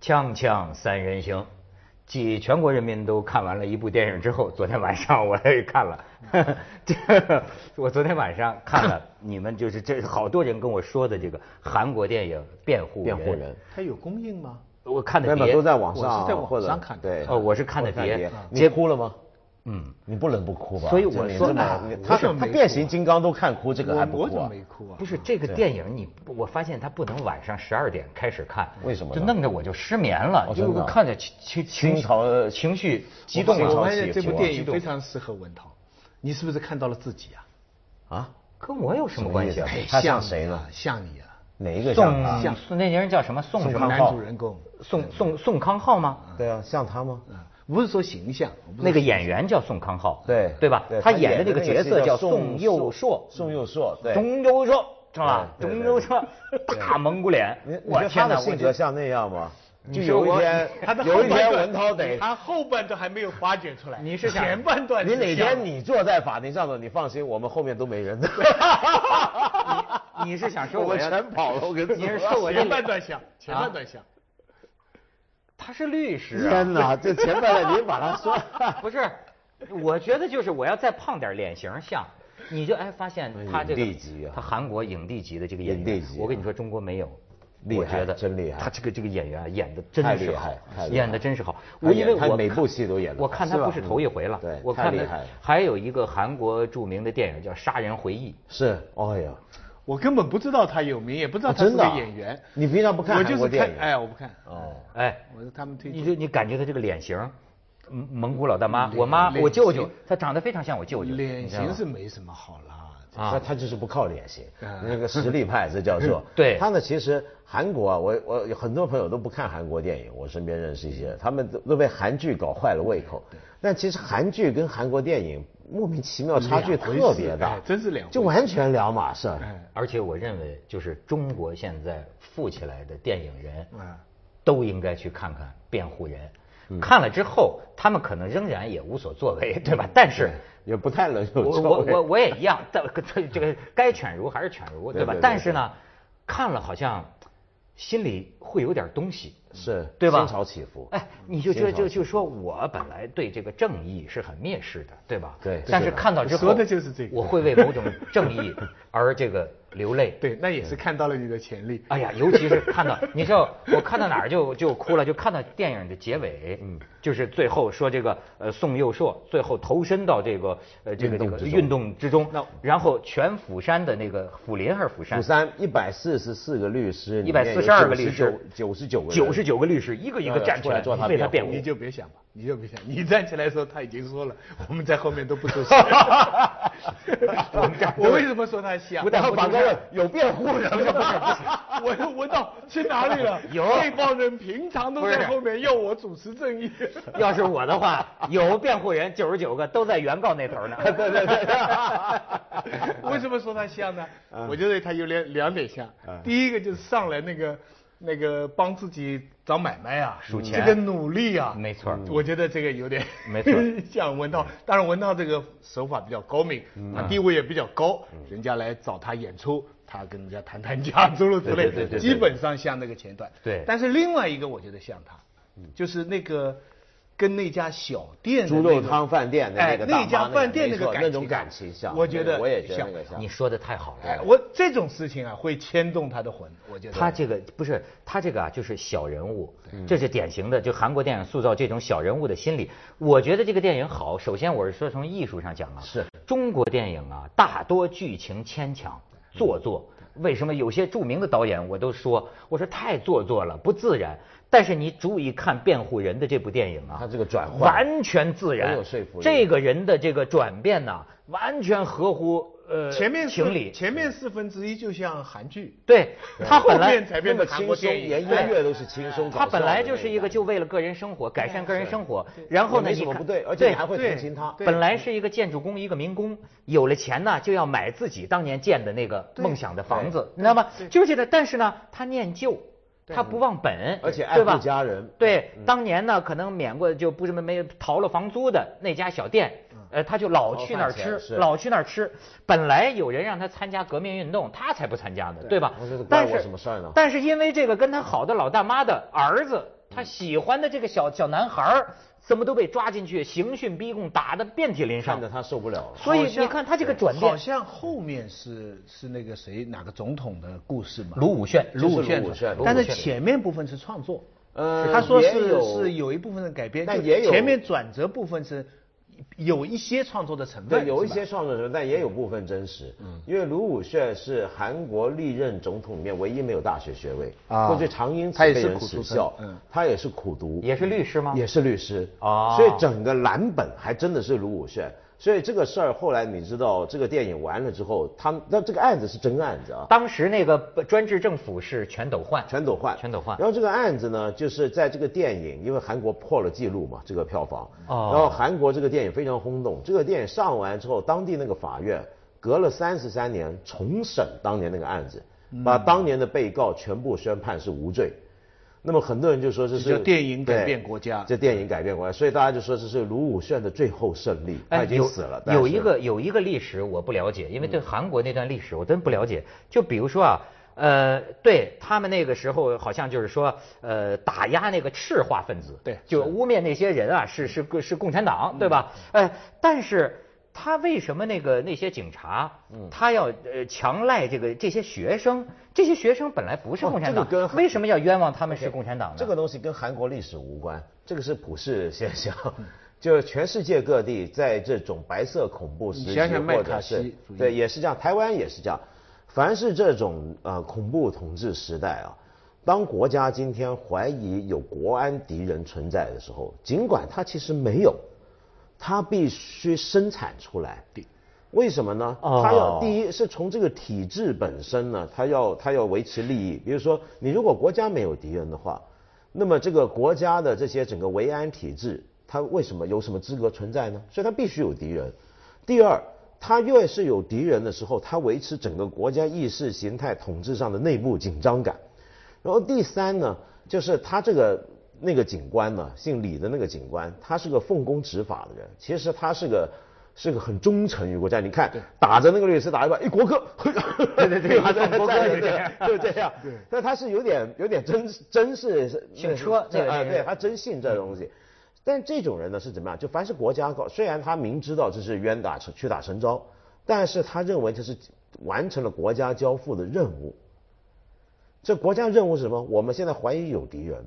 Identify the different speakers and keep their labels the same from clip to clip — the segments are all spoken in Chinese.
Speaker 1: 锵锵三人行，继全国人民都看完了一部电影之后，昨天晚上我也看了，呵
Speaker 2: 嗯
Speaker 1: 呵 这我昨天晚上看了你们就是这好多人跟我说的这个韩国电影《辩护
Speaker 2: 辩护人，
Speaker 3: 它有公映吗？
Speaker 1: 我看的
Speaker 2: 没有
Speaker 1: 碟
Speaker 2: 都在网上，
Speaker 3: 我是在网
Speaker 2: 或者
Speaker 3: 上看的
Speaker 2: 对，
Speaker 1: 哦我是看的
Speaker 2: 我
Speaker 1: 碟
Speaker 2: 碟
Speaker 1: 嗯
Speaker 2: 你哭了吗？
Speaker 1: 嗯，
Speaker 2: 你不能不哭吧？
Speaker 1: 所以我
Speaker 2: 这你
Speaker 1: 说
Speaker 2: 这
Speaker 1: 呢
Speaker 2: 么你
Speaker 3: 我
Speaker 2: 他
Speaker 3: 怎么没
Speaker 2: 他
Speaker 3: 哭
Speaker 2: 变
Speaker 3: 啊
Speaker 2: 形金刚都看哭，这个还
Speaker 3: 我
Speaker 2: 不
Speaker 3: 我
Speaker 2: 哭
Speaker 3: 怎么
Speaker 2: 啊？
Speaker 3: 没哭啊
Speaker 1: 不？是这个电影你，我发现它不能晚上十二点开始看，
Speaker 2: 为什么呢
Speaker 1: 就弄得我就失眠了，
Speaker 2: 哦
Speaker 1: 就
Speaker 2: 真的啊
Speaker 1: 看着情情情
Speaker 2: 心潮
Speaker 1: 情绪激动
Speaker 2: 心
Speaker 3: 我
Speaker 2: 潮
Speaker 1: 了
Speaker 3: 发。现这
Speaker 2: 起伏
Speaker 3: 部
Speaker 2: 啊
Speaker 3: 电
Speaker 1: 激
Speaker 3: 影
Speaker 1: 动
Speaker 3: 非常适合文涛，你是不是看到了自己啊？
Speaker 2: 啊？
Speaker 1: 跟我有什么
Speaker 2: 什么
Speaker 1: 关
Speaker 2: 意
Speaker 1: 系
Speaker 2: 思
Speaker 1: 啊？哎
Speaker 2: 哎
Speaker 3: 哎
Speaker 2: 他像
Speaker 3: 你
Speaker 2: 谁呢
Speaker 3: 啊像你啊，
Speaker 2: 哪一个像他？
Speaker 1: 宋宋那人叫什么宋
Speaker 2: 啊宋
Speaker 1: 什
Speaker 2: 康
Speaker 1: 么
Speaker 2: 昊
Speaker 1: 浩？
Speaker 3: 男主人公，
Speaker 1: 宋宋宋康昊吗？
Speaker 2: 对啊，像他吗？
Speaker 3: 嗯，不是说形象，我不是
Speaker 1: 那个演员叫宋康昊，
Speaker 2: 对
Speaker 1: 对吧？他演的那个角色叫宋佑
Speaker 2: 硕
Speaker 1: 硕，，
Speaker 2: 宋佑硕，对。哎
Speaker 1: 钟佑硕，是吧？
Speaker 2: 对对
Speaker 1: 钟
Speaker 2: 对
Speaker 1: 佑硕，大蒙古脸
Speaker 2: 你，你觉
Speaker 1: 我
Speaker 2: 得他
Speaker 1: 天
Speaker 2: 的
Speaker 1: 哪，
Speaker 2: 性
Speaker 1: 我
Speaker 2: 格
Speaker 1: 就
Speaker 2: 像那样吗？就
Speaker 1: 说
Speaker 2: 有一
Speaker 1: 我
Speaker 2: 天
Speaker 3: 他的，
Speaker 2: 有
Speaker 3: 后
Speaker 2: 一
Speaker 3: 半
Speaker 2: 天
Speaker 3: 段
Speaker 2: 文涛得
Speaker 3: 他后半段还没有发掘出来，
Speaker 1: 你是想
Speaker 3: 前半段
Speaker 2: 你
Speaker 3: 是
Speaker 2: 哪
Speaker 3: 像
Speaker 2: 天你坐在法庭上头，你放心，我们后面都没人。
Speaker 1: 你你是想说
Speaker 2: 我
Speaker 1: 我
Speaker 2: 们
Speaker 1: 要
Speaker 2: 全跑了？我跟
Speaker 1: 你是说我这
Speaker 3: 前半段像，前半段像，
Speaker 1: 他是律师啊？
Speaker 2: 天哪，这前半段您把 他说，
Speaker 1: 不是，我觉得就是我要再胖点，脸型像。你就哎，发现他这个
Speaker 2: 影帝级啊
Speaker 1: 他韩国影帝级的这个演
Speaker 2: 影帝
Speaker 1: 员
Speaker 2: 级啊，
Speaker 1: 我跟你说，中国没有。
Speaker 2: 厉
Speaker 1: 我
Speaker 2: 害
Speaker 1: 觉得
Speaker 2: 真厉害
Speaker 1: 他这个这个演员啊，演的真
Speaker 2: 太
Speaker 1: 是
Speaker 2: 厉
Speaker 1: 好
Speaker 2: 害太厉害
Speaker 1: 演的真是好。
Speaker 2: 他
Speaker 1: 我因
Speaker 2: 演
Speaker 1: 为
Speaker 2: 他
Speaker 1: 我
Speaker 2: 每
Speaker 1: 看
Speaker 2: 部戏都演得
Speaker 1: 我
Speaker 2: 好
Speaker 1: 看他
Speaker 2: 是吧嗯
Speaker 1: 不是头一回了，
Speaker 2: 对
Speaker 1: 我
Speaker 2: 太
Speaker 1: 看
Speaker 2: 厉
Speaker 1: 他
Speaker 2: 害了
Speaker 1: 还有一个韩国著名的电影叫《杀人回忆》，
Speaker 2: 是，哎呀，
Speaker 3: 我根本不知道他有名，也不知道
Speaker 2: 啊
Speaker 3: 他是
Speaker 2: 真的
Speaker 3: 个
Speaker 2: 啊
Speaker 3: 演员。
Speaker 2: 你平常不看
Speaker 3: 我
Speaker 2: 韩
Speaker 3: 就是
Speaker 2: 国电
Speaker 3: 看
Speaker 2: 影，
Speaker 3: 哎，我不看，
Speaker 2: 哦，
Speaker 1: 哎，
Speaker 3: 我是他们推
Speaker 1: 你
Speaker 3: 荐
Speaker 1: 就你感觉他这个脸型，嗯蒙古老大妈，我妈
Speaker 3: 脸
Speaker 1: 我舅舅
Speaker 3: 型，
Speaker 1: 他长得非常像我舅舅，
Speaker 3: 脸
Speaker 1: 你知道吗
Speaker 3: 型是没什么好啦。
Speaker 1: 啊。
Speaker 2: 他他就是不靠脸型，
Speaker 3: 啊
Speaker 2: 那个实力派这叫做
Speaker 1: 对
Speaker 2: 他呢，其实韩国啊，我我有很多朋友都不看韩国电影，我身边认识一些
Speaker 3: 嗯
Speaker 2: 人，他们都都被韩剧搞坏了胃口。但其实韩剧跟韩国电影莫名其妙差距
Speaker 3: 两回事
Speaker 2: 特别大
Speaker 3: 哎，真是两回事
Speaker 2: 就完全两码事儿。
Speaker 3: 哎，
Speaker 1: 而且我认为，就是中国现在富起来的电影人
Speaker 3: 嗯，
Speaker 1: 都应该去看看《辩护人》，看了之后，他们可能仍然也无所作为，对吧？但是。
Speaker 2: 也不太能
Speaker 1: 我
Speaker 2: 有作
Speaker 1: 我
Speaker 2: 为
Speaker 1: 我我也一样，这个这这个该犬儒还是犬儒，
Speaker 2: 对
Speaker 1: 对吧
Speaker 2: 对对？
Speaker 1: 但是呢，看了好像心里会有点东西，
Speaker 2: 是
Speaker 1: 对吧？
Speaker 2: 心潮起伏
Speaker 1: 哎，你就
Speaker 2: 心潮
Speaker 1: 就
Speaker 2: 起伏
Speaker 1: 就就说我本来对这个正义是很蔑视的，对吧？
Speaker 2: 对
Speaker 1: 但
Speaker 2: 是
Speaker 1: 是
Speaker 2: 的
Speaker 1: 看到之后，
Speaker 3: 说的就是这个
Speaker 1: 我会为某种正义而这个流泪。
Speaker 3: 对，那也是看到了你的潜力。
Speaker 1: 哎呀，尤其是看到， 你知道我看到哪儿就就哭了，就看到电影的结尾，嗯，就是最后说这个呃宋佑硕最后投身到这个呃这个这个运动之中，然后全釜山的那个釜林还是釜山？
Speaker 2: 釜山一百四十四个律师，
Speaker 1: 142个律师
Speaker 2: 九十九个人
Speaker 1: 九十九个律师一个一个站起来
Speaker 2: 出做他
Speaker 1: 为他
Speaker 2: 辩
Speaker 1: 辩
Speaker 2: 护
Speaker 1: 护。
Speaker 3: 你就 别想吧，你就别想，你站起来的时候他已经说了，我们在后面都不出声。 我为什么说他像？
Speaker 1: 不但
Speaker 2: 然后
Speaker 1: 不出
Speaker 2: 法官
Speaker 1: 声
Speaker 2: 问有辩护人吗？
Speaker 3: 我都闻到去哪里了？
Speaker 1: 有
Speaker 3: 这帮人平常都在后面要我主持正义。
Speaker 1: 要是我的话，有辩护人九十九个都在原告那头呢。对对对。
Speaker 3: 为什么说他像呢？
Speaker 1: 嗯
Speaker 3: 我觉得他有两两点像。第一个就是上来那个那个帮自己找买卖啊，
Speaker 1: 数钱
Speaker 3: 这个努力啊，
Speaker 1: 没错
Speaker 3: 我觉得这个有点
Speaker 1: 没错
Speaker 3: 像文涛，当然文涛这个手法比较高明，
Speaker 1: 嗯
Speaker 3: 他地位也比较高，人家来找他演出。他跟人家谈谈价，诸如此类
Speaker 1: 对对对对
Speaker 3: 基本上像那个前段。
Speaker 1: 对
Speaker 3: 但是另外一个我觉得像他，就是那个跟那家小
Speaker 2: 嗯
Speaker 3: 店的
Speaker 2: 猪
Speaker 3: 那
Speaker 2: 肉
Speaker 3: 个
Speaker 2: 汤饭店的
Speaker 3: 哎
Speaker 2: 那个大妈
Speaker 3: 那家
Speaker 2: 那个
Speaker 3: 饭店
Speaker 2: 没
Speaker 3: 那个
Speaker 2: 错
Speaker 3: 感
Speaker 2: 那
Speaker 3: 情
Speaker 2: 种
Speaker 3: 啊
Speaker 2: 感情像
Speaker 3: 我
Speaker 2: 对
Speaker 3: 觉
Speaker 2: 对
Speaker 3: 得
Speaker 2: 我也觉得
Speaker 3: 像
Speaker 2: 那个像
Speaker 1: 你说的太好了
Speaker 3: 哎，。我这种事情啊，会牵动他的魂，我觉得。
Speaker 1: 他这个不是他这个啊，就是小人物，这是典型的，就韩国电影塑造这种小人物的心理。我觉得这个电影好，首先我是说从艺术上讲啊，
Speaker 2: 是
Speaker 1: 中国电影啊，大多剧情牵强做作。为什么有些著名的导演我都说，我说太做作了，不自然。但是你注意看《辩护人》的这部电影啊，
Speaker 2: 他这个转换
Speaker 1: 完全自然，
Speaker 2: 很有说服力
Speaker 1: 这个人的这个转变呐、完全合乎呃
Speaker 3: 前面四
Speaker 1: 情理。
Speaker 3: 前面四分之一就像韩剧，
Speaker 1: 对他本来
Speaker 3: 后面才变
Speaker 2: 那
Speaker 3: 得
Speaker 2: 么
Speaker 3: 韩
Speaker 2: 轻
Speaker 3: 国
Speaker 2: 松，
Speaker 3: 电影哎
Speaker 2: 连音乐都是轻松搞笑的那种感觉。
Speaker 1: 他本来就是一个就为了个人生活，改善个人生活，然后呢，
Speaker 2: 也没什
Speaker 1: 你
Speaker 2: 么
Speaker 1: 看啊
Speaker 2: 不对，而且你还会同情他。
Speaker 3: 对
Speaker 1: 本来是一个建筑工，一个民工，有了钱呢，就要买自己当年建的那个梦想的房子，你知道吗？就是这个，但是呢，他念旧。他不忘本，
Speaker 2: 而且爱
Speaker 1: 对吧
Speaker 2: 护家人
Speaker 1: 对，当年呢，可能免过就不是没逃了房租的那家小店，呃，他就老去那儿
Speaker 2: 老
Speaker 1: 吃
Speaker 2: 饭钱是，
Speaker 1: 老去那儿吃。本来有人让他参加革命运动，他才不参加呢，对吧
Speaker 2: 我觉得？关
Speaker 1: 但
Speaker 2: 我
Speaker 1: 是
Speaker 2: 什么事儿呢
Speaker 1: 但是因为这个跟他好的老大妈的儿子，他喜欢的这个小小男孩儿怎么都被抓进去刑讯逼供，打得遍体鳞伤
Speaker 2: 看着。他受不了了。
Speaker 1: 所以你看他这个转变
Speaker 3: 好，像后面是是那个谁哪个总统的故事嘛？
Speaker 1: 卢武铉，
Speaker 2: 卢武铉
Speaker 3: 就是
Speaker 2: 卢武铉
Speaker 3: 但是前面部分是创作，
Speaker 2: 呃
Speaker 3: 他说
Speaker 2: 也
Speaker 3: 是
Speaker 2: 有
Speaker 3: 是有一部分的改编，
Speaker 2: 但
Speaker 3: 就
Speaker 2: 也有
Speaker 3: 前面转折部分是有一些创作的成分，
Speaker 2: 对，有一
Speaker 3: 是吧
Speaker 2: 些创作者，但也有部分真实。嗯，因为卢武铉是韩国历任总统里面唯一没有大学学位，
Speaker 3: 啊
Speaker 2: 过去常因此
Speaker 3: 他也
Speaker 2: 被
Speaker 3: 是
Speaker 2: 人
Speaker 3: 苦
Speaker 2: 耻
Speaker 3: 读生
Speaker 2: 笑，
Speaker 3: 嗯啊
Speaker 2: 他也是苦读，
Speaker 1: 也是律师吗？
Speaker 2: 也是律师
Speaker 1: 哦
Speaker 2: 所以整个蓝本还真的是卢武铉。所以这个事儿后来你知道，这个电影完了之后，他那这个案子是真案子啊，
Speaker 1: 当时那个专制政府是全斗焕，
Speaker 2: 全斗焕，
Speaker 1: 全斗焕
Speaker 2: 然后这个案子呢，就是在这个电影，因为韩国破了记录嘛，这个票房。
Speaker 1: 哦
Speaker 2: 然后韩国这个电影非常轰动，这个电影上完之后，当地那个法院隔了三十三年重审当年那个案子，
Speaker 3: 嗯
Speaker 2: 把当年的被告全部宣判是无罪。那么很多人就说这
Speaker 3: 这
Speaker 2: 是
Speaker 3: 叫电影改
Speaker 2: 对
Speaker 3: 变国家
Speaker 2: 这电影改变国家，所以大家就说这是卢武铉的最后胜利，
Speaker 3: 哎
Speaker 2: 他已
Speaker 1: 哎
Speaker 2: 经
Speaker 1: 有
Speaker 2: 死了。但
Speaker 1: 有
Speaker 2: 是嗯
Speaker 1: 一个有一个历史我不了解，因为对韩国那段历史我真不了解。就比如说啊，呃，对他们那个时候好像就是说，呃，打压那个赤化分子，
Speaker 3: 对
Speaker 1: 就污蔑那些人啊是是是共产党，对吧？
Speaker 2: 嗯
Speaker 1: 哎，但是。他为什么那个那些警察，
Speaker 2: 嗯
Speaker 1: 他要呃强赖这个这些学生？这些学生本来不是
Speaker 2: 哦
Speaker 1: 共产
Speaker 2: 这个
Speaker 1: 党，
Speaker 2: 跟
Speaker 1: 为什么要冤枉他们是共产党呢？
Speaker 2: 这个东西跟韩国历史无关，这个是普世现象。 就是全世界各地在这种白色恐怖时
Speaker 3: 你
Speaker 2: 期，
Speaker 3: 想想麦
Speaker 2: 或者
Speaker 3: 卡
Speaker 2: 是
Speaker 3: 锡主义
Speaker 2: 对，也是这样，台湾也是这样。凡是这种呃恐怖统治时代啊，当国家今天怀疑有国安敌人存在的时候，尽管它其实没有，它必须生产出来。为什么呢？
Speaker 1: 哦
Speaker 2: 它要第一是从这个体制本身呢，它要它要维持利益。比如说，你如果国家没有敌人的话，那么这个国家的这些整个维安体制，它为什么有什么资格存在呢？所以它必须有敌人。第二，它越是有敌人的时候，它维持整个国家意识形态统治上的内部紧张感。然后第三呢，就是他这个那个警官呢，姓李的那个警官，他是个奉公执法的人，其实他是个。是个很忠诚于国家，你看打着那个律师打一把，一国歌，对 对对，
Speaker 1: 一放国歌
Speaker 2: 对
Speaker 1: 就这样
Speaker 2: 就这样。但他是有点有点真真是
Speaker 1: 姓车
Speaker 2: 这
Speaker 1: 对
Speaker 2: 啊，
Speaker 1: 对
Speaker 2: 对他真信这东西。但这种人呢是怎么样？就凡是国家搞，虽然他明知道这是冤打成屈打成招，但是他认为这是完成了国家交付的任务，这国家任务是什么？我们现在怀疑有敌人，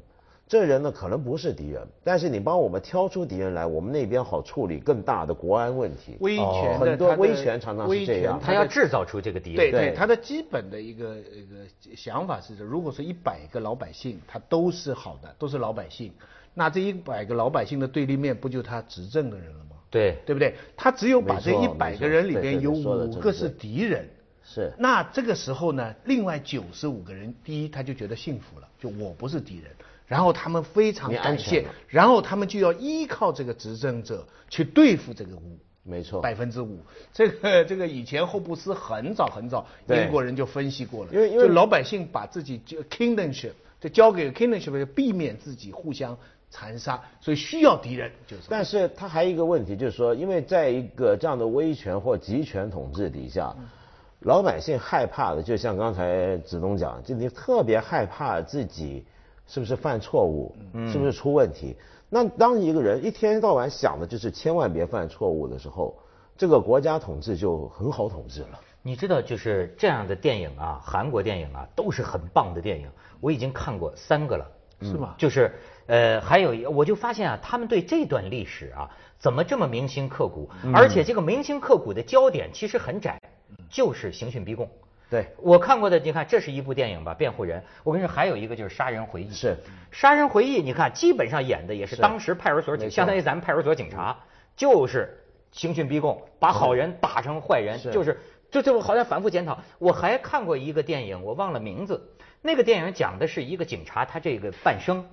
Speaker 2: 这人呢可能不是敌人，但是你帮我们挑出敌人来，我们那边好处理更大的国安问题。
Speaker 3: 威权的
Speaker 2: 很多
Speaker 3: 它的
Speaker 2: 威权常常是
Speaker 3: 威
Speaker 2: 这
Speaker 3: 权
Speaker 2: 样
Speaker 1: 他要制造出这个敌人。
Speaker 3: 对
Speaker 2: 对
Speaker 3: 对，他的基本的一个一个想法是，如果说一百个老百姓他都是好的，都是老百姓，那这一百个老百姓的对立面不就他执政的人了吗？
Speaker 1: 对
Speaker 3: 对不对？他只有把这
Speaker 2: 没错
Speaker 3: 一百个人里
Speaker 2: 没错
Speaker 3: 边有
Speaker 2: 对对对说得
Speaker 3: 五
Speaker 2: 真
Speaker 3: 个
Speaker 2: 对
Speaker 3: 是敌人，
Speaker 2: 是
Speaker 3: 那这个时候呢，另外九十五个人，第一他就觉得幸福了，就我不是敌人。然后他们非常
Speaker 2: 你安
Speaker 3: 感
Speaker 2: 全
Speaker 3: 谢
Speaker 2: 了，
Speaker 3: 然后他们就要依靠这个执政者去对付这个五
Speaker 2: 没错，
Speaker 3: 百分之五，这个这个以前霍布斯很早很早
Speaker 2: 对
Speaker 3: 英国人就分析过了，
Speaker 2: 因为因为
Speaker 3: 就老百姓把自己就 kingdomship 就交给 kingdomship，避免自己互相残杀，所以需要敌人，就是
Speaker 2: 但是它还有一个问题，就是说，因为在一个这样的威权或集权统治底下，老百姓害怕的，就像刚才子东讲，就你特别害怕自己是不是犯错误，是不是出问题。那当一个人一天到晚想的就是千万别犯错误的时候，这个国家统治就很好统治了。
Speaker 1: 你知道，就是这样的电影啊，韩国电影啊，都是很棒的电影。我已经看过三个了，
Speaker 2: 嗯
Speaker 3: 是吗
Speaker 1: 就是呃，还有一我就发现啊，他们对这段历史啊，怎么这么铭心刻骨？
Speaker 3: 嗯
Speaker 1: 而且这个铭心刻骨的焦点其实很窄，就是刑讯逼供。
Speaker 2: 对
Speaker 1: 我看过的，你看，这是一部电影吧，《辩护人》。我跟你说，还有一个就是《杀人回忆》。
Speaker 2: 是
Speaker 1: 《杀人回忆》，你看，基本上演的也是
Speaker 2: 是
Speaker 1: 当时派出所警，
Speaker 2: 没错
Speaker 1: 相当于咱们派出所警察，就是刑讯逼供，把好人打成坏人，
Speaker 2: 是
Speaker 1: 就是就这么好像反复检讨。我还看过一个电影，我忘了名字，那个电影讲的是一个警察他这个半生，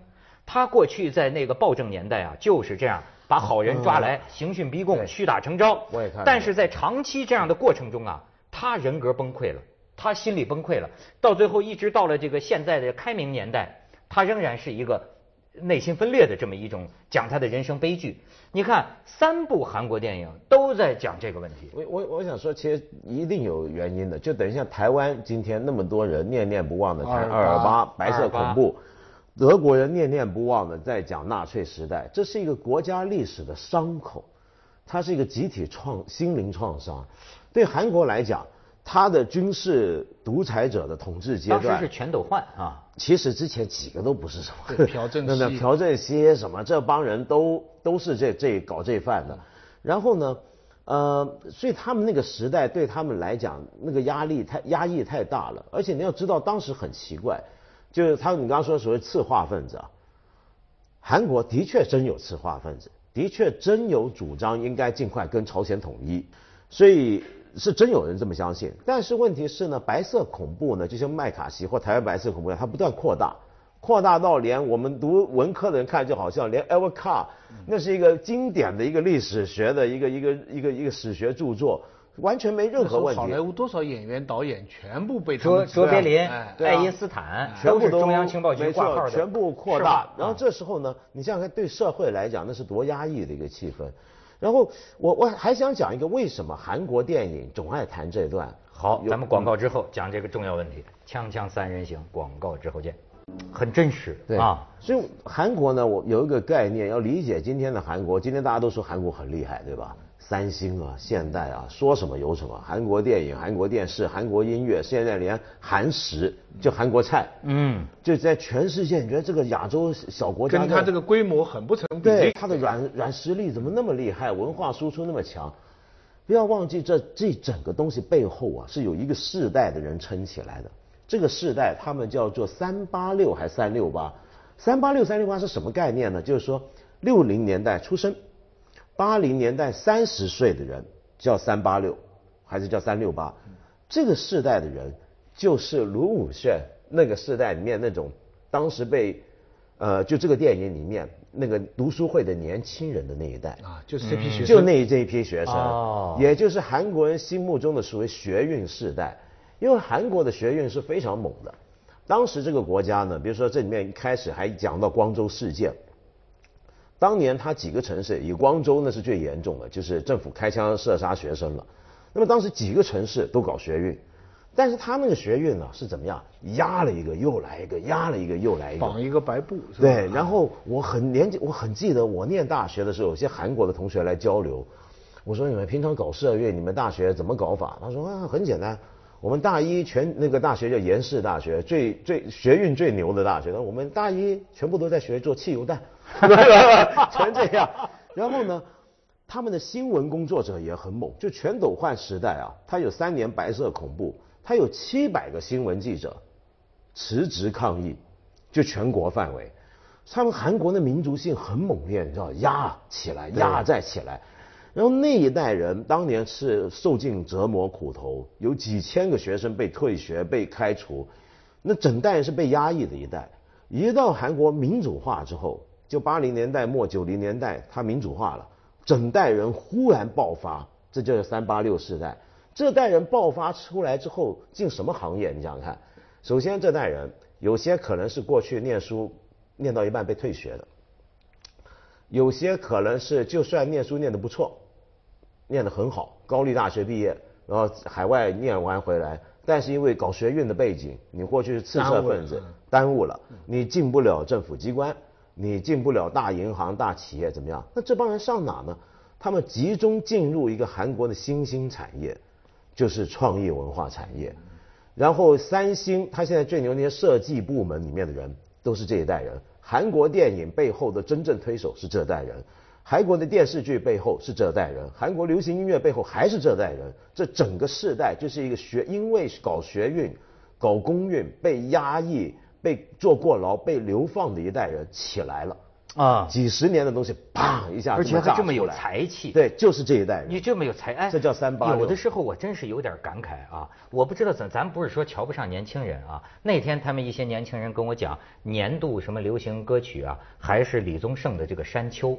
Speaker 1: 他过去在那个暴政年代啊，就是这样把好人抓来刑讯逼供，
Speaker 2: 嗯对
Speaker 1: 屈打成招。
Speaker 2: 我也看过
Speaker 1: 但是在长期这样的过程中啊，他人格崩溃了，他心理崩溃了，到最后一直到了这个现在的开明年代，他仍然是一个内心分裂的这么一种讲他的人生悲剧。你看三部韩国电影都在讲这个问题。
Speaker 2: 我我我想说，其实一定有原因的，就等于像台湾今天那么多人念念不忘的谈
Speaker 3: 二
Speaker 2: 二
Speaker 3: 二
Speaker 2: 二
Speaker 3: 八
Speaker 2: 八白色
Speaker 1: 二八
Speaker 2: 恐怖，德国人念念不忘的在讲纳粹时代，这是一个国家历史的伤口，它是一个集体创心灵创伤。对韩国来讲，它的军事独裁者的统治阶段，
Speaker 1: 当时是全斗焕啊。
Speaker 2: 其实之前几个都不是什么
Speaker 3: 对朴正熙
Speaker 2: 那朴正熙什么这帮人都都是这这搞这饭
Speaker 3: 嗯
Speaker 2: 的。然后呢，呃，所以他们那个时代对他们来讲，那个压力太压抑太大了。而且你要知道，当时很奇怪，就是他你刚刚说所谓次化分子啊，韩国的确真有次化分子，的确真有主张应该尽快跟朝鲜统一，所以是真有人这么相信。但是问题是呢，白色恐怖呢，就像麦卡锡或台湾白色恐怖一样，它不断扩大，扩大到连我们读文科的人看就好像连 e v e r c a r 那是一个经典的一个历史学的一个一个一个一个史学著作，完全没任何问题。
Speaker 3: 好莱坞多少演员导演全部被他
Speaker 1: 卓
Speaker 3: 们
Speaker 1: 卓别林、
Speaker 3: 哎
Speaker 2: 对啊
Speaker 1: 爱因斯坦，
Speaker 2: 全
Speaker 1: 都
Speaker 2: 部
Speaker 1: 是
Speaker 2: 都
Speaker 1: 中央情报局
Speaker 2: 没
Speaker 1: 挂
Speaker 2: 错
Speaker 1: 号的，
Speaker 2: 全部扩
Speaker 1: 是
Speaker 2: 大
Speaker 1: 吧。嗯
Speaker 2: 然后这时候呢，你想想看，对社会来讲，那是多压抑的一个气氛。然后我我还想讲一个，为什么韩国电影总爱谈这段？
Speaker 1: 好，
Speaker 2: 有
Speaker 1: 咱们广告之后讲这个重要问题，《锵锵三人行》广告之后见，很真实
Speaker 2: 对
Speaker 1: 啊。，
Speaker 2: 所以韩国呢，我有一个概念要理解今天的韩国。今天大家都说韩国很厉害，对吧？三星啊，现代啊，说什么有什么。韩国电影、韩国电视、韩国音乐，现在连韩食就韩国菜，
Speaker 1: 嗯，
Speaker 2: 就在全世界，你觉得这个亚洲小国家
Speaker 3: 跟他
Speaker 2: 的
Speaker 3: 这个规模很不成比
Speaker 2: 对
Speaker 3: 例。
Speaker 2: 他的软软实力怎么那么厉害，文化输出那么强？不要忘记这这整个东西背后啊，是有一个世代的人撑起来的。这个世代他们叫做三八六还三六八，三八六三六八是什么概念呢？就是说六零年代出生，八零年代三十岁的人叫三八六，还是叫三六八？这个世代的人就是卢武铉那个世代里面那种当时被呃就这个电影里面那个读书会的年轻人的那一代
Speaker 3: 啊，就是这批学生，
Speaker 2: 嗯就那这一批学生，
Speaker 1: 哦
Speaker 2: 也就是韩国人心目中的所谓学运世代，因为韩国的学运是非常猛的。当时这个国家呢，比如说这里面一开始还讲到光州事件，当年他几个城市，以光州那是最严重的，就是政府开枪射杀学生了。那么当时几个城市都搞学运，但是他那个学运呢是怎么样？压了一个又来一个，压了一个又来一个，
Speaker 3: 绑一个白布，是吧
Speaker 2: 对，然后我很年纪，我很记得我念大学的时候，有些韩国的同学来交流，我说你们平常搞社运，你们大学怎么搞法？他说啊，很简单，我们大一全那个大学叫延世大学，最最学运最牛的大学，那我们大一全部都在学做汽油弹， 全这样。然后呢，他们的新闻工作者也很猛，就全斗焕时代啊，他有三年白色恐怖，他有七百个新闻记者辞职抗议，就全国范围。他们韩国的民族性很猛烈，你知道，压起来，压再起来。然后那一代人当年是受尽折磨苦头，有几千个学生被退学、被开除，那整代人是被压抑的一代。一到韩国民主化之后，就八零年代末九零年代，它民主化了，整代人忽然爆发，这就是三八六时代。这代人爆发出来之后，进什么行业？你想想看，首先这代人有些可能是过去念书念到一半被退学的，有些可能是就算念书念得不错，念得很好，高丽大学毕业，然后海外念完回来，但是因为搞学运的背景，你过去是次
Speaker 3: 耽误
Speaker 2: 社
Speaker 3: 了
Speaker 2: 分子
Speaker 3: 嗯，
Speaker 2: 耽误了，你进不了政府机关，你进不了大银行、大企业，怎么样？那这帮人上哪呢？他们集中进入一个韩国的新兴产业，就是创意文化产业。然后三星，它现在最牛那些设计部门里面的人都是这一代人。韩国电影背后的真正推手是这代人，韩国的电视剧背后是这代人，韩国流行音乐背后还是这代人。这整个世代就是一个学，因为搞学运、搞公运被压抑、被坐过牢、被流放的一代人起来了。
Speaker 1: 啊，
Speaker 2: 几十年的东西，啪一下
Speaker 1: 而
Speaker 2: 子
Speaker 1: 且
Speaker 2: 炸出来，
Speaker 1: 还这么有才气
Speaker 2: 对，就是这一代人。
Speaker 1: 你这么有才，哎，
Speaker 2: 这叫三八六
Speaker 1: 有的时候我真是有点感慨啊，我不知道怎，咱不是说瞧不上年轻人啊。那天他们一些年轻人跟我讲，年度什么流行歌曲啊，还是李宗盛的这个《山丘》。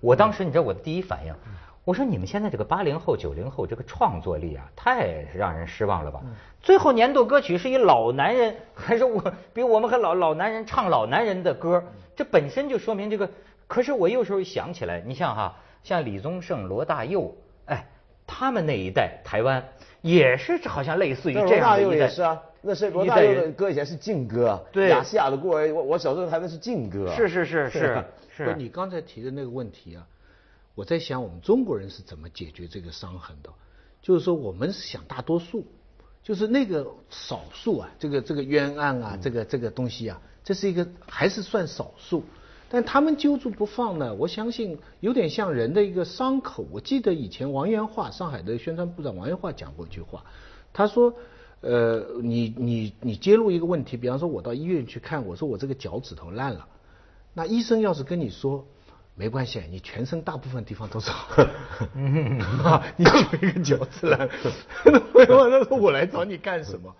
Speaker 1: 我当时你知道我的第一反应，
Speaker 2: 嗯
Speaker 1: 我说你们现在这个八零后、九零后这个创作力啊，太让人失望了吧。
Speaker 2: 嗯
Speaker 1: 最后年度歌曲是一老男人，还是我比我们还老老男人唱老男人的歌，
Speaker 2: 嗯
Speaker 1: 这本身就说明这个。可是我有时候想起来，你像哈，像李宗盛、罗大佑，哎，他们那一代台湾也是好像类似于
Speaker 2: 那
Speaker 1: 这
Speaker 2: 罗
Speaker 1: 样
Speaker 2: 大
Speaker 1: 的
Speaker 2: 佑
Speaker 1: 一代
Speaker 2: 也是啊，那是罗
Speaker 1: 一
Speaker 2: 大
Speaker 1: 代
Speaker 2: 佑
Speaker 1: 人
Speaker 2: 的歌以前是劲歌啊，
Speaker 1: 对
Speaker 2: 雅西亚的孤儿，我我小时候弹的是劲歌啊，
Speaker 1: 是是是 是
Speaker 3: 不
Speaker 1: 是，
Speaker 3: 你刚才提的那个问题啊，我在想我们中国人是怎么解决这个伤痕的，就是说我们是想大多数，就是那个少数啊，这个这个冤案啊，这个这个东西啊，这是一个还是算少数。但他们揪住不放呢，我相信有点像人的一个伤口。我记得以前王元化，上海的宣传部长王元化讲过一句话，他说：“呃，你你你揭露一个问题，比方说我到医院去看，我说我这个脚趾头烂了，那医生要是跟你说，没关系，你全身大部分地方 都是好的，你就一个脚趾 烂，那我他说我来找你干什么？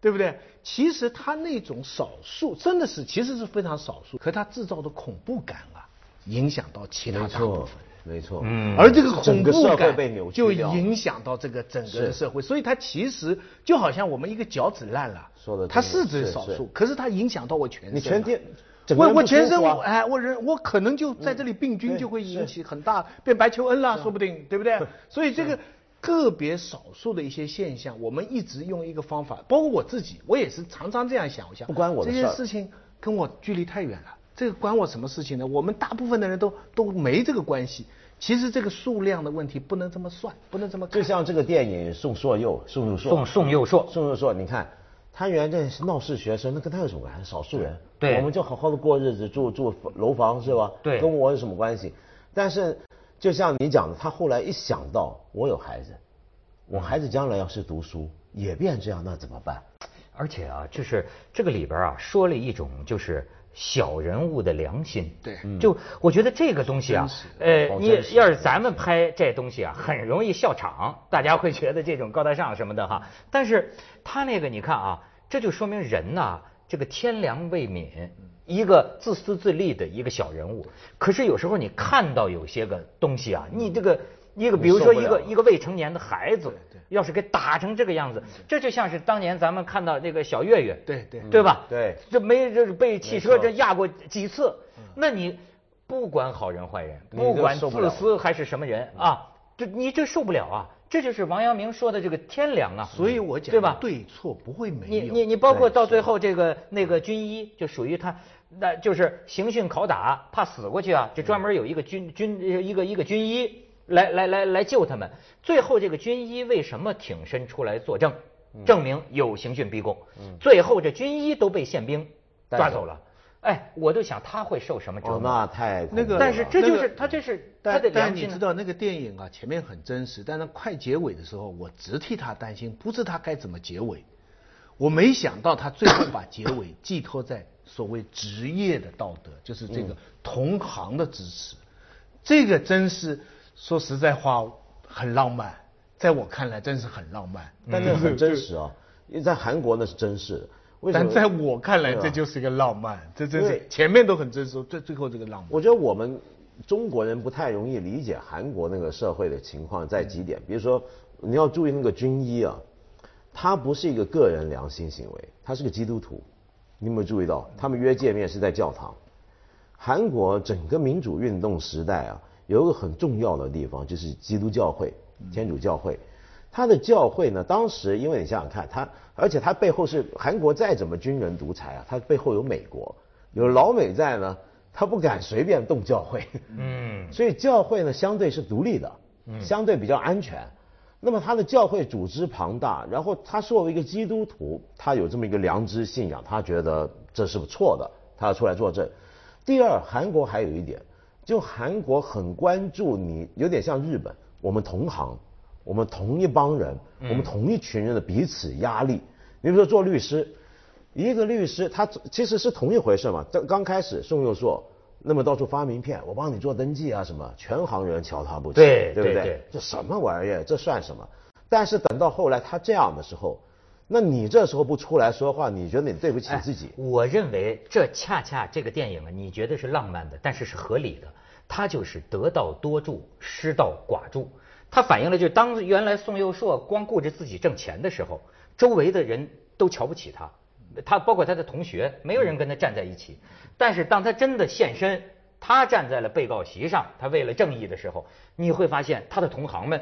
Speaker 3: 对不对？其实他那种少数真的是其实是非常少数，可他制造的恐怖感啊，影响到其他
Speaker 2: 没
Speaker 3: 大部
Speaker 2: 错
Speaker 3: 分。
Speaker 2: 没错，
Speaker 1: 嗯
Speaker 3: 而这个
Speaker 2: 整
Speaker 3: 恐
Speaker 2: 个
Speaker 3: 怖
Speaker 2: 社会
Speaker 3: 感
Speaker 2: 被扭曲
Speaker 3: 就
Speaker 2: 掉了
Speaker 3: 影响到这个整个的社会，所以它其实就好像我们一个脚趾烂了，
Speaker 2: 说得
Speaker 3: 它
Speaker 2: 真的
Speaker 3: 是只
Speaker 2: 是
Speaker 3: 少
Speaker 2: 是
Speaker 3: 数，可是它影响到我全身了，啊
Speaker 2: 你全天整个
Speaker 3: 我
Speaker 2: 人
Speaker 3: 我
Speaker 2: 不
Speaker 3: 全
Speaker 2: 舒
Speaker 3: 身
Speaker 2: 服啊嗯
Speaker 3: 我哎我人我可能就在这里病菌就会引起很大变白求恩啦，
Speaker 2: 啊
Speaker 3: 说不定对不对？所以这个。个别少数的一些现象，我们一直用一个方法，包括我自己，我也是常常这样想，我想
Speaker 2: 不关我的
Speaker 3: 这
Speaker 2: 事
Speaker 3: 些
Speaker 2: 儿
Speaker 3: 事情跟我距离太远了，这个关我什么事情呢？我们大部分的人都都没这个关系。其实这个数量的问题不能这么算，不能这么看
Speaker 2: 就像这个电影宋硕佑，宋佑硕，
Speaker 1: 宋宋佑硕
Speaker 2: 宋佑硕，你看他原来是闹市学生，那跟他有什么关系？少数人，
Speaker 1: 对
Speaker 2: 我们就好好的过日子，住住楼房是吧？
Speaker 1: 对
Speaker 2: 跟我有什么关系？但是就像你讲的，他后来一想到我有孩子，我孩子将来要是读书也变这样，那怎么办？
Speaker 1: 而且啊，就是这个里边啊，说了一种就是小人物的良心。
Speaker 3: 对，
Speaker 1: 就我觉得这个东西啊，呃，你要是咱们拍这东西啊，很容易笑场，大家会觉得这种高大上什么的哈。但是他那个你看啊，这就说明人呐、这个天良未泯。一个自私自利的一个小人物，可是有时候你看到有些个东西啊，你这个一个，比如说一个一个未成年的孩子，要是给打成这个样子，这就像是当年咱们看到这个小岳岳，
Speaker 3: 对对
Speaker 2: 嗯
Speaker 1: 对吧？
Speaker 2: 对，
Speaker 1: 这没这是被汽车这压过几次，那你不管好人坏人，
Speaker 2: 你这
Speaker 1: 不管
Speaker 2: 受不了
Speaker 1: 自私还是什么人啊，这你这受不了啊！这就是王阳明说的这个天良啊，
Speaker 3: 所以我讲
Speaker 1: 对吧？
Speaker 3: 对错不会没
Speaker 1: 你
Speaker 3: 有。嗯
Speaker 1: 你你包括到最后这个那个军医就属于他，那就是刑讯拷打，怕死过去啊，就专
Speaker 3: 嗯
Speaker 1: 门有一个军军呃一个一个军医来来来来救他们。最后这个军医为什么挺身出来作证，
Speaker 3: 嗯
Speaker 1: 证明有刑讯逼供？最后这军医都被宪兵
Speaker 2: 带
Speaker 1: 抓
Speaker 2: 走
Speaker 1: 走了。哎，我都想他会受什么折
Speaker 2: 哦，
Speaker 1: 磨？
Speaker 2: 那太恐
Speaker 3: 那
Speaker 2: 怖
Speaker 3: 个，嗯
Speaker 2: 了
Speaker 1: 但是这就是
Speaker 3: 那个
Speaker 1: 他这是他
Speaker 3: 但
Speaker 1: 的良
Speaker 3: 但你
Speaker 1: 心啊
Speaker 3: 知道那个电影啊，前面很真实，但是快结尾的时候，我直替他担心，不知他该怎么结尾。我没想到他最后把结尾寄托在所谓职业的道德，就是这
Speaker 1: 嗯
Speaker 3: 个同行的支持。这个真是说实在话，很浪漫，在我看来真是很浪漫。
Speaker 1: 嗯
Speaker 2: 但那很真实啊，因为在韩国那是真实的。为什
Speaker 3: 但
Speaker 2: 么？
Speaker 3: 在我看来，
Speaker 2: 对啊
Speaker 3: 这就是一个浪
Speaker 1: 嗯
Speaker 3: 漫，这真是
Speaker 2: 对
Speaker 3: 前面都很真实，最最后这个浪漫。
Speaker 2: 我觉得我们中国人不太容易理解韩国那个社会的情况在几点，比如说你要注意那个军医啊，他不是一个个人良心行为，他是个基督徒，你有没有注意到？他们约见面是在教堂。韩国整个民主运动时代啊，有一个很重要的地方就是基督教会、天主教会。它的教会呢，当时因为你想想看，它而且它背后是韩国再怎么军人独裁啊，它背后有美国，有老美在呢，他不敢随便动教会。
Speaker 1: 嗯，
Speaker 2: 所以教会呢相对是独立的，相对比较安全。那么他的教会组织庞大，然后他作为一个基督徒，他有这么一个良知信仰，他觉得这是不错的，他要出来作证。第二，韩国还有一点，就韩国很关注你，有点像日本，我们同行，我们同一帮人，
Speaker 1: 嗯
Speaker 2: 我们同一群人的彼此压力。你比如说做律师，一个律师他其实是同一回事嘛。刚刚开始宋佑硕，那么到处发名片，我帮你做登记啊什么，全行人瞧他不起，
Speaker 1: 对
Speaker 2: 对不
Speaker 1: 对对
Speaker 2: 这什么玩意儿？这算什么？但是等到后来他这样的时候，那你这时候不出来说话，你觉得你对不起自己？
Speaker 1: 哎我认为这恰恰这个电影啊，你觉得是浪漫的，但是是合理的。它就是得道多助，失道寡助。它反映了就是当原来宋佑硕光顾着自己挣钱的时候，周围的人都瞧不起他，他包括他的同学，没有人跟他站在一起。但是当他真的现身，他站在了被告席上，他为了正义的时候，你会发现他的同行们。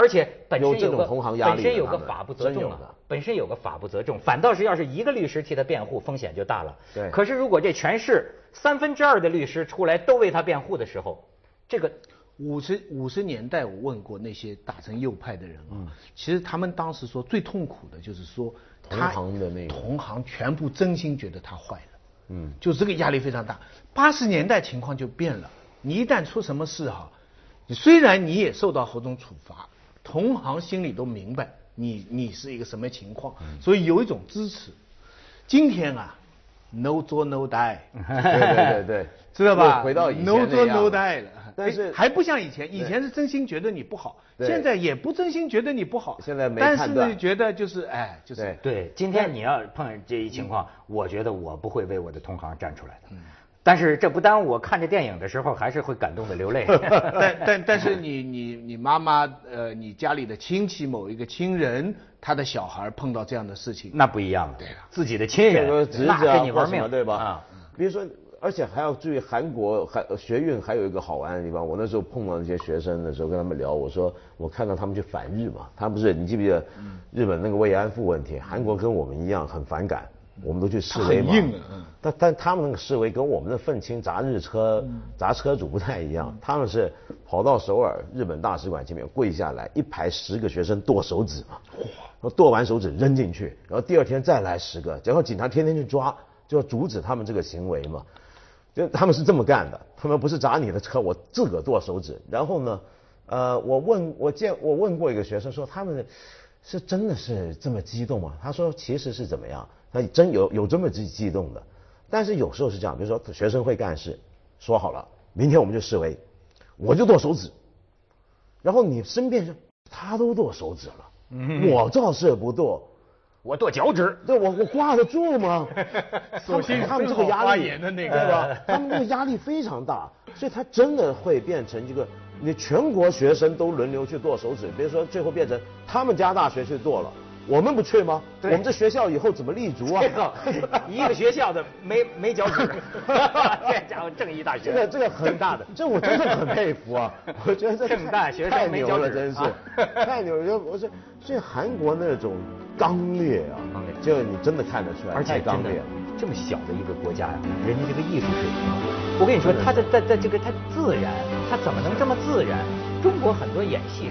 Speaker 1: 而且本身
Speaker 2: 有这
Speaker 1: 有
Speaker 2: 种
Speaker 1: 个
Speaker 2: 同行压力
Speaker 1: 本身有个
Speaker 2: 的
Speaker 1: 法不责
Speaker 2: 真有
Speaker 1: 众啊
Speaker 2: 的，
Speaker 1: 本身有个法不责众，反倒是要是一个律师替他辩护，风险就大了。
Speaker 2: 对
Speaker 1: 可是如果这全市三分之二的律师出来都为他辩护的时候，这个
Speaker 3: 五十五十年代，我问过那些打成右派的人啊，
Speaker 2: 嗯
Speaker 3: 其实他们当时说最痛苦的就是说
Speaker 2: 同
Speaker 3: 他
Speaker 2: 行的那个
Speaker 3: 同行全部真心觉得他坏了，嗯，就这个压力非常大。八十年代情况就变了，你一旦出什么事哈、你虽然你也受到某种处罚，同行心里都明白你你是一个什么情况，
Speaker 2: 嗯
Speaker 3: 所以有一种支持。今天啊，no 做 no die，
Speaker 2: 对对对对，
Speaker 3: 知道吧？
Speaker 2: 又回到以前那
Speaker 3: no
Speaker 2: 样
Speaker 3: do no die 了，
Speaker 2: 但是
Speaker 3: 哎还不像以前，以前是真心觉得你不好，
Speaker 2: 对
Speaker 3: 现在也不真心觉得你不好，
Speaker 2: 现在没
Speaker 3: 但是
Speaker 2: 判
Speaker 3: 呢
Speaker 2: 断
Speaker 3: 觉得就是哎，就是
Speaker 2: 对嗯
Speaker 1: 对，今天你要碰上这一情况，我觉得我不会为我的同行站出来的。但是这不耽误我看着电影的时候还是会感动的流 泪。
Speaker 3: 但但但是你你你妈妈呃，你家里的亲戚某一个亲人，他的小孩碰到这样的事情，
Speaker 1: 那不一样了，自己的亲
Speaker 2: 啊这
Speaker 1: 人
Speaker 2: 个侄子
Speaker 1: 那跟
Speaker 2: 啊
Speaker 1: 你
Speaker 2: 或
Speaker 1: 玩
Speaker 2: 什么
Speaker 1: 命，
Speaker 2: 对吧？
Speaker 1: 啊，
Speaker 2: 比如说，而且还要注意韩国还学运还有一个好玩的地方。我那时候碰到那些学生的时候，跟他们聊，我说我看到他们去反日嘛，他们不是你记不记得
Speaker 1: 嗯
Speaker 2: 日本那个慰安妇问题？韩国跟我们一样很反感，我们都去示威嘛。
Speaker 3: 他很硬啊嗯
Speaker 2: 但但他们那个示威跟我们的愤青砸日车、
Speaker 1: 嗯
Speaker 2: 砸车主不太一样，他们是跑到首尔日本大使馆前面跪下来，一排十个学生剁手指嘛，然后剁完手指扔进去，然后第二天再来十个，然后警察天天去抓，就要阻止他们这个行为嘛，就他们是这么干的，他们不是砸你的车，我自个儿剁手指，然后呢，呃，我问我见我问过一个学生说他们是真的是这么激动吗？他说其实是怎么样，他真有有这么激激动的，但是有时候是这样，比如说学生会干事，说好了明天我们就示威，我就剁手指，然后你身边人他都剁手指了，
Speaker 1: 嗯
Speaker 2: 我倒是不剁。
Speaker 1: 我跺脚 趾。
Speaker 2: 对我我挂得住吗？
Speaker 3: 索性
Speaker 2: 他们这
Speaker 3: 正
Speaker 2: 个
Speaker 3: 好
Speaker 2: 压
Speaker 3: 发
Speaker 2: 力
Speaker 3: 言的那个
Speaker 2: 对吧？他们这个压力非常大，所以他真的会变成这个，你全国学生都轮流去剁手指，比如说最后变成他们家大学去剁了，我们不去吗？我们这学校以后怎么立足啊
Speaker 1: 这？个一个学校的没没脚 趾， 这家伙正义大
Speaker 2: 这个
Speaker 1: 学。
Speaker 2: 这个 很大的，这我真的很佩服啊！我觉得这
Speaker 1: 正大学生
Speaker 2: 太
Speaker 1: 没
Speaker 2: 牛
Speaker 1: 脚
Speaker 2: 了，
Speaker 1: 趾
Speaker 2: 真是
Speaker 1: 啊
Speaker 2: 太牛了！我说，所以韩国那种刚烈啊
Speaker 1: 刚烈，
Speaker 2: 这个你真的看得出来，
Speaker 1: 而
Speaker 2: 太
Speaker 1: 且
Speaker 2: 刚
Speaker 1: 真的
Speaker 2: 烈了。
Speaker 1: 这么小的一个国家呀、人家这个艺术水平，我跟你说，他的在在这个他自然，他怎么能这么自然？中国很多演戏是